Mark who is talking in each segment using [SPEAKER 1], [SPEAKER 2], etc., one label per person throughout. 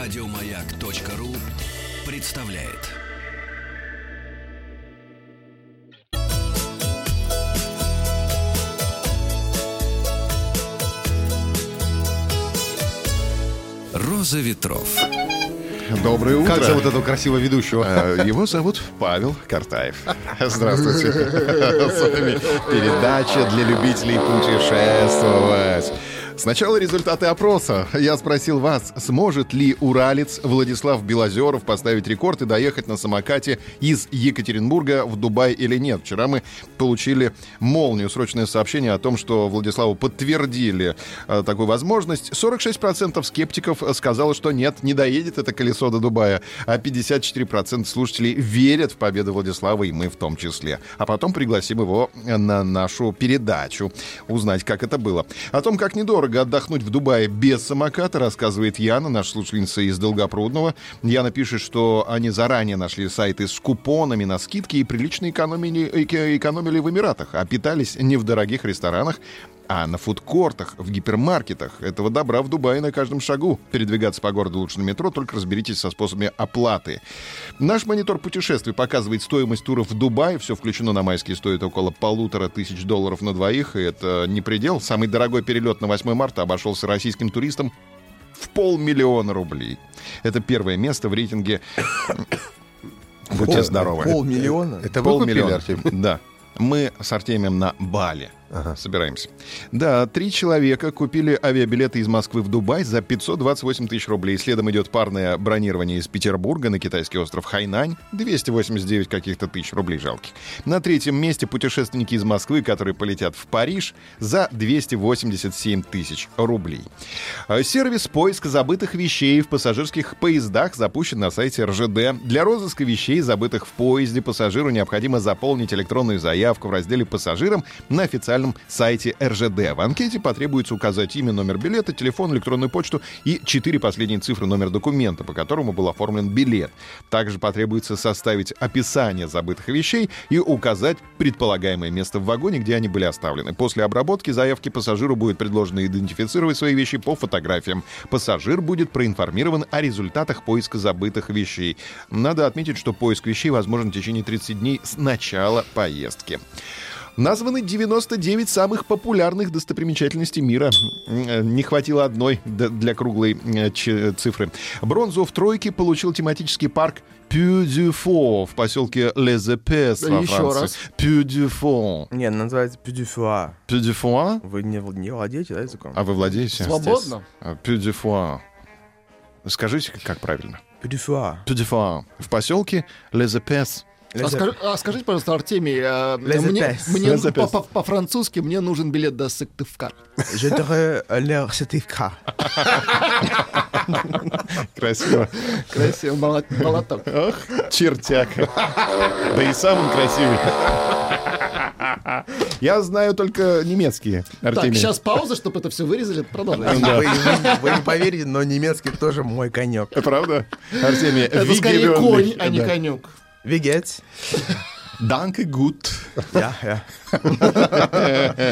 [SPEAKER 1] Радиомаяк.ру представляет. Роза ветров.
[SPEAKER 2] Доброе утро.
[SPEAKER 3] Как зовут этого красивого ведущего?
[SPEAKER 2] Э, Его зовут Павел Картаев. Здравствуйте. С вами передача для любителей путешествовать. Сначала результаты опроса. Я спросил вас, сможет ли уралец Владислав Белозеров поставить рекорд и доехать на самокате из Екатеринбурга в Дубай или нет. Вчера мы получили молнию срочное сообщение о том, что Владиславу подтвердили э, такую возможность. 46% скептиков сказало, э, что нет, не доедет это колесо до Дубая, а 54% слушателей верят в победу Владислава, и мы в том числе. А потом пригласим его э, на нашу передачу, узнать, как это было. О том, как недорого отдохнуть в Дубае без самоката, рассказывает Яна, наша слушательница из Долгопрудного. Яна пишет, что они заранее нашли сайты с купонами на скидки и прилично экономили, э, эко- экономили в Эмиратах, а питались не в дорогих ресторанах, а на фудкортах, в гипермаркетах. Этого добра в Дубае на каждом шагу. Передвигаться по городу лучше на метро, только разберитесь со способами оплаты. Наш монитор путешествий показывает стоимость туров в Дубае. Все включено на майские стоит около полутора тысяч долларов на двоих. И это не предел. Самый дорогой перелет на 8 марта обошелся российским туристам в полмиллиона рублей. Это первое место в рейтинге «Будьте здоровы».
[SPEAKER 3] Полмиллиона?
[SPEAKER 2] Это Да. Мы с Артемием на Бали. Собираемся. Да, три человека купили авиабилеты из Москвы в Дубай за 528 тысяч рублей. Следом идет парное бронирование из Петербурга на китайский остров Хайнань. 289 каких-то тысяч рублей жалких. На третьем месте путешественники из Москвы, которые полетят в Париж за 287 тысяч рублей. А Сервис поиска забытых вещей в пассажирских поездах запущен на сайте РЖД. Для розыска вещей, забытых в поезде, пассажиру необходимо заполнить электронную заявку в разделе «Пассажирам» на официальном сайте РЖД. В анкете потребуется указать имя, номер билета, телефон, электронную почту и четыре последние цифры номер документа, по которому был оформлен билет. Также потребуется составить описание забытых вещей и указать предполагаемое место в вагоне, где они были оставлены. После обработки заявки пассажиру будет предложено идентифицировать свои вещи по фотографиям. Пассажир будет проинформирован о результатах поиска забытых вещей. Надо отметить, что поиск вещей возможен в течение 30 дней с начала поездки. Названы 99 самых популярных достопримечательностей мира. Э, Не хватило одной д- для круглой э, ч- цифры. Бронзу в тройке получил тематический парк Пю-Дю-Фо в поселке Лезепес во
[SPEAKER 3] Еще
[SPEAKER 2] Франции.
[SPEAKER 3] раз.
[SPEAKER 2] Пю-Дю-Фо.
[SPEAKER 4] Не, она называется пюдюфюа.
[SPEAKER 2] Пю-Дю-Фо?
[SPEAKER 4] Вы не, вл- не владеете, да, языком?
[SPEAKER 2] А вы владеете?
[SPEAKER 3] Свободно?
[SPEAKER 2] А, Пю-Дю-Фо. Скажите, как правильно.
[SPEAKER 4] Пюдюфюа.
[SPEAKER 2] Пю-Дю-Фо. В поселке Лезепес.
[SPEAKER 4] Лезе-
[SPEAKER 3] А, скажи- а скажите, пожалуйста, Артемий, э,
[SPEAKER 4] Les
[SPEAKER 3] мне,
[SPEAKER 4] Epes.
[SPEAKER 3] мне
[SPEAKER 2] Les Epes.
[SPEAKER 3] по- по- по-французски мне нужен билет до Сыктывкара.
[SPEAKER 4] Je dirais leur certificat.
[SPEAKER 2] Красиво.
[SPEAKER 3] Красиво, мало- мало того.
[SPEAKER 2] Ох, чертяка. Да и сам он красивый. Я знаю только немецкие,
[SPEAKER 3] Так,
[SPEAKER 2] Артемий.
[SPEAKER 3] сейчас пауза, чтобы это все вырезали, продолжаем.
[SPEAKER 2] Да.
[SPEAKER 4] Вы, вы- вы не поверите, но немецкий тоже мой конек.
[SPEAKER 2] Правда? Артемий,
[SPEAKER 3] Это скорее конь, а не конюк.
[SPEAKER 4] Вегет.
[SPEAKER 2] Данк и гуд.
[SPEAKER 4] Я, я.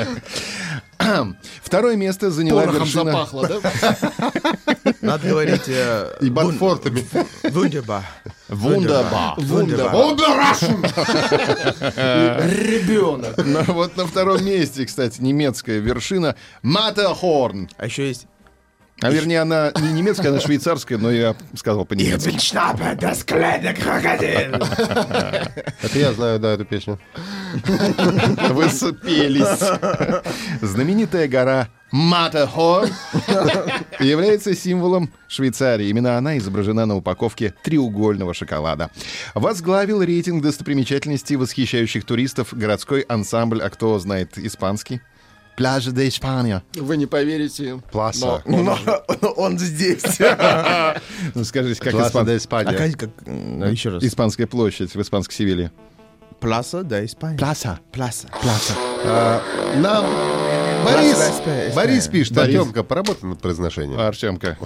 [SPEAKER 2] Второе место заняла
[SPEAKER 3] Порохом
[SPEAKER 2] вершина...
[SPEAKER 3] запахло, да?
[SPEAKER 4] Надо говорить... э,
[SPEAKER 2] И
[SPEAKER 4] вун-
[SPEAKER 2] Бадфортами.
[SPEAKER 4] Вундерба.
[SPEAKER 2] Вундаба.
[SPEAKER 4] Вундерба.
[SPEAKER 3] Ребенок.
[SPEAKER 2] Но Ну вот на втором месте, кстати, немецкая вершина Маттерхорн.
[SPEAKER 4] А еще есть...
[SPEAKER 2] А вернее, она не немецкая, она швейцарская, но я сказал по-немецки.
[SPEAKER 5] Это я знаю, да, эту песню.
[SPEAKER 2] Вы супелись. Знаменитая гора Маттерхорн является символом Швейцарии. Именно она изображена на упаковке треугольного шоколада. Возглавил рейтинг достопримечательностей восхищающих туристов городской ансамбль «А кто знает испанский?» Пляжи де Испания.
[SPEAKER 3] Вы не поверите.
[SPEAKER 5] Пласа.
[SPEAKER 4] Но но он здесь.
[SPEAKER 2] Ну, скажите, как
[SPEAKER 5] Пласа
[SPEAKER 2] испан-
[SPEAKER 5] де
[SPEAKER 4] А
[SPEAKER 5] Испания.
[SPEAKER 4] как... как- ну, Еще раз.
[SPEAKER 2] Испанская площадь в испанской Севилье.
[SPEAKER 4] Пласа, да, Испания.
[SPEAKER 2] Пласа.
[SPEAKER 4] Пласа.
[SPEAKER 5] Нам Борис,
[SPEAKER 4] Возрастаешь,
[SPEAKER 5] Борис пишет,
[SPEAKER 2] Борис.
[SPEAKER 5] Артемка, поработай над произношением.
[SPEAKER 2] Артемка.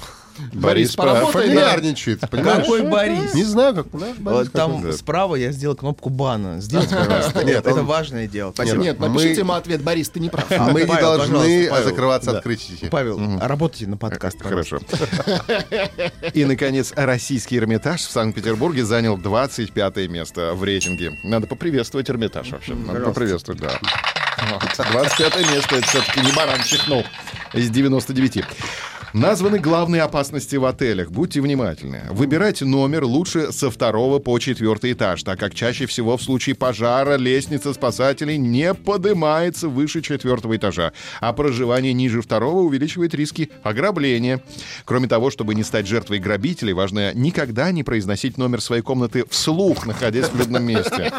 [SPEAKER 3] Борис,
[SPEAKER 2] про-
[SPEAKER 3] поработай.
[SPEAKER 5] Фамильярничает, понимаешь?
[SPEAKER 4] Какой Борис?
[SPEAKER 5] Не знаю, как наш Борис.
[SPEAKER 4] Вот Э, там
[SPEAKER 5] какой-то.
[SPEAKER 4] справа я сделал кнопку бана. Сделайте, пожалуйста.
[SPEAKER 5] Нет,
[SPEAKER 4] это
[SPEAKER 5] он-
[SPEAKER 4] важное дело.
[SPEAKER 5] Нет,
[SPEAKER 4] Спасибо.
[SPEAKER 3] Нет,
[SPEAKER 5] мы-
[SPEAKER 3] напишите ему ответ, Борис, ты не прав.
[SPEAKER 4] А,
[SPEAKER 5] Мы не
[SPEAKER 4] Павел,
[SPEAKER 5] должны а,
[SPEAKER 4] пожалуйста, Павел.
[SPEAKER 5] закрываться от критики.
[SPEAKER 4] Павел, а работайте на подкаст.
[SPEAKER 2] Хорошо. И, наконец, российский Эрмитаж в Санкт-Петербурге занял 25 место в рейтинге. Надо поприветствовать Эрмитаж вообще. Надо поприветствовать, да. 25 место, это все-таки не баран чихнул из 99. Названы главные опасности в отелях. Будьте внимательны. Выбирайте номер лучше со второго по четвертый этаж, так как чаще всего в случае пожара лестница спасателей не поднимается выше четвертого этажа, а проживание ниже второго увеличивает риски ограбления. Кроме того, чтобы не стать жертвой грабителей, важно никогда не произносить номер своей комнаты вслух, находясь в людном месте.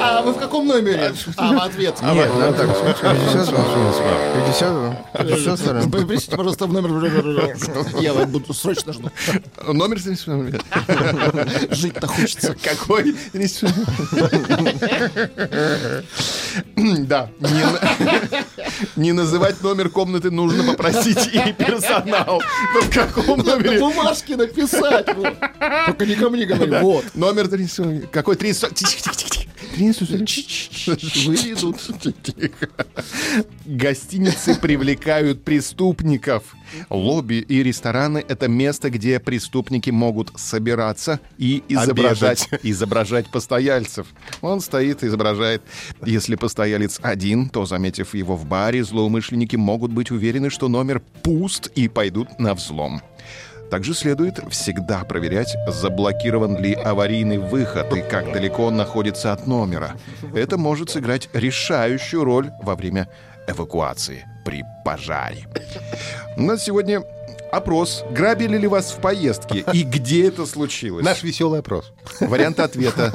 [SPEAKER 3] А вы в каком номере? А, в ответ.
[SPEAKER 4] Нет, надо так. Режиссер, режиссер.
[SPEAKER 3] Пришлите, пожалуйста, в номер. Я вас буду срочно жду.
[SPEAKER 2] Номер 77.
[SPEAKER 3] Жить-то хочется.
[SPEAKER 2] Какой? Да. Не, на- не называть номер комнаты нужно попросить и персонал. Ну, в каком
[SPEAKER 3] Надо
[SPEAKER 2] номере?
[SPEAKER 3] бумажки написать. вот. Только не ко мне говори. Вот.
[SPEAKER 2] Номер 37. Какой 30? Тихо, тихо, тихо. 37.
[SPEAKER 3] Выведут.
[SPEAKER 2] Тихо. Гостиницы привлекают преступников. Лобби и рестораны — это место, где преступники могут собираться и изображать, изображать постояльцев. Он стоит, изображает. Если постоялец один, то, заметив его в баре, злоумышленники могут быть уверены, что номер пуст и пойдут на взлом. Также следует всегда проверять, заблокирован ли аварийный выход и как далеко он находится от номера. Это может сыграть решающую роль во время эвакуации при пожаре. У нас сегодня опрос. Грабили ли вас в поездке и где это случилось?
[SPEAKER 5] Наш веселый опрос.
[SPEAKER 2] вариант ответа.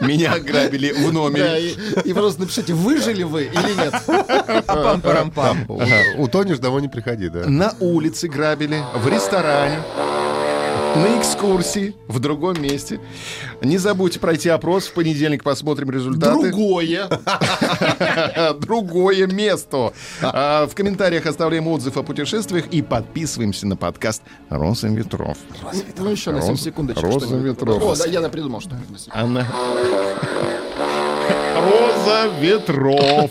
[SPEAKER 2] Меня грабили в
[SPEAKER 3] Да,
[SPEAKER 2] номере.
[SPEAKER 3] и, и просто напишите, выжили вы или нет.
[SPEAKER 4] Пам-парам-пам.
[SPEAKER 5] У- Утонешь, домой не приходи, да.
[SPEAKER 2] На улице грабили, в ресторане, на экскурсии, в другом месте. Не забудьте пройти опрос. В понедельник посмотрим результаты. А,
[SPEAKER 3] Другое.
[SPEAKER 2] Другое место. А, В комментариях оставляем отзыв о путешествиях и подписываемся на подкаст «Роза ветров».
[SPEAKER 3] Ну еще на 7
[SPEAKER 2] Роза-
[SPEAKER 3] секундочек.
[SPEAKER 2] Роза
[SPEAKER 3] что-нибудь.
[SPEAKER 2] ветров.
[SPEAKER 3] О, да, я придумал что-нибудь. на секунду.
[SPEAKER 2] Она... Роза ветров.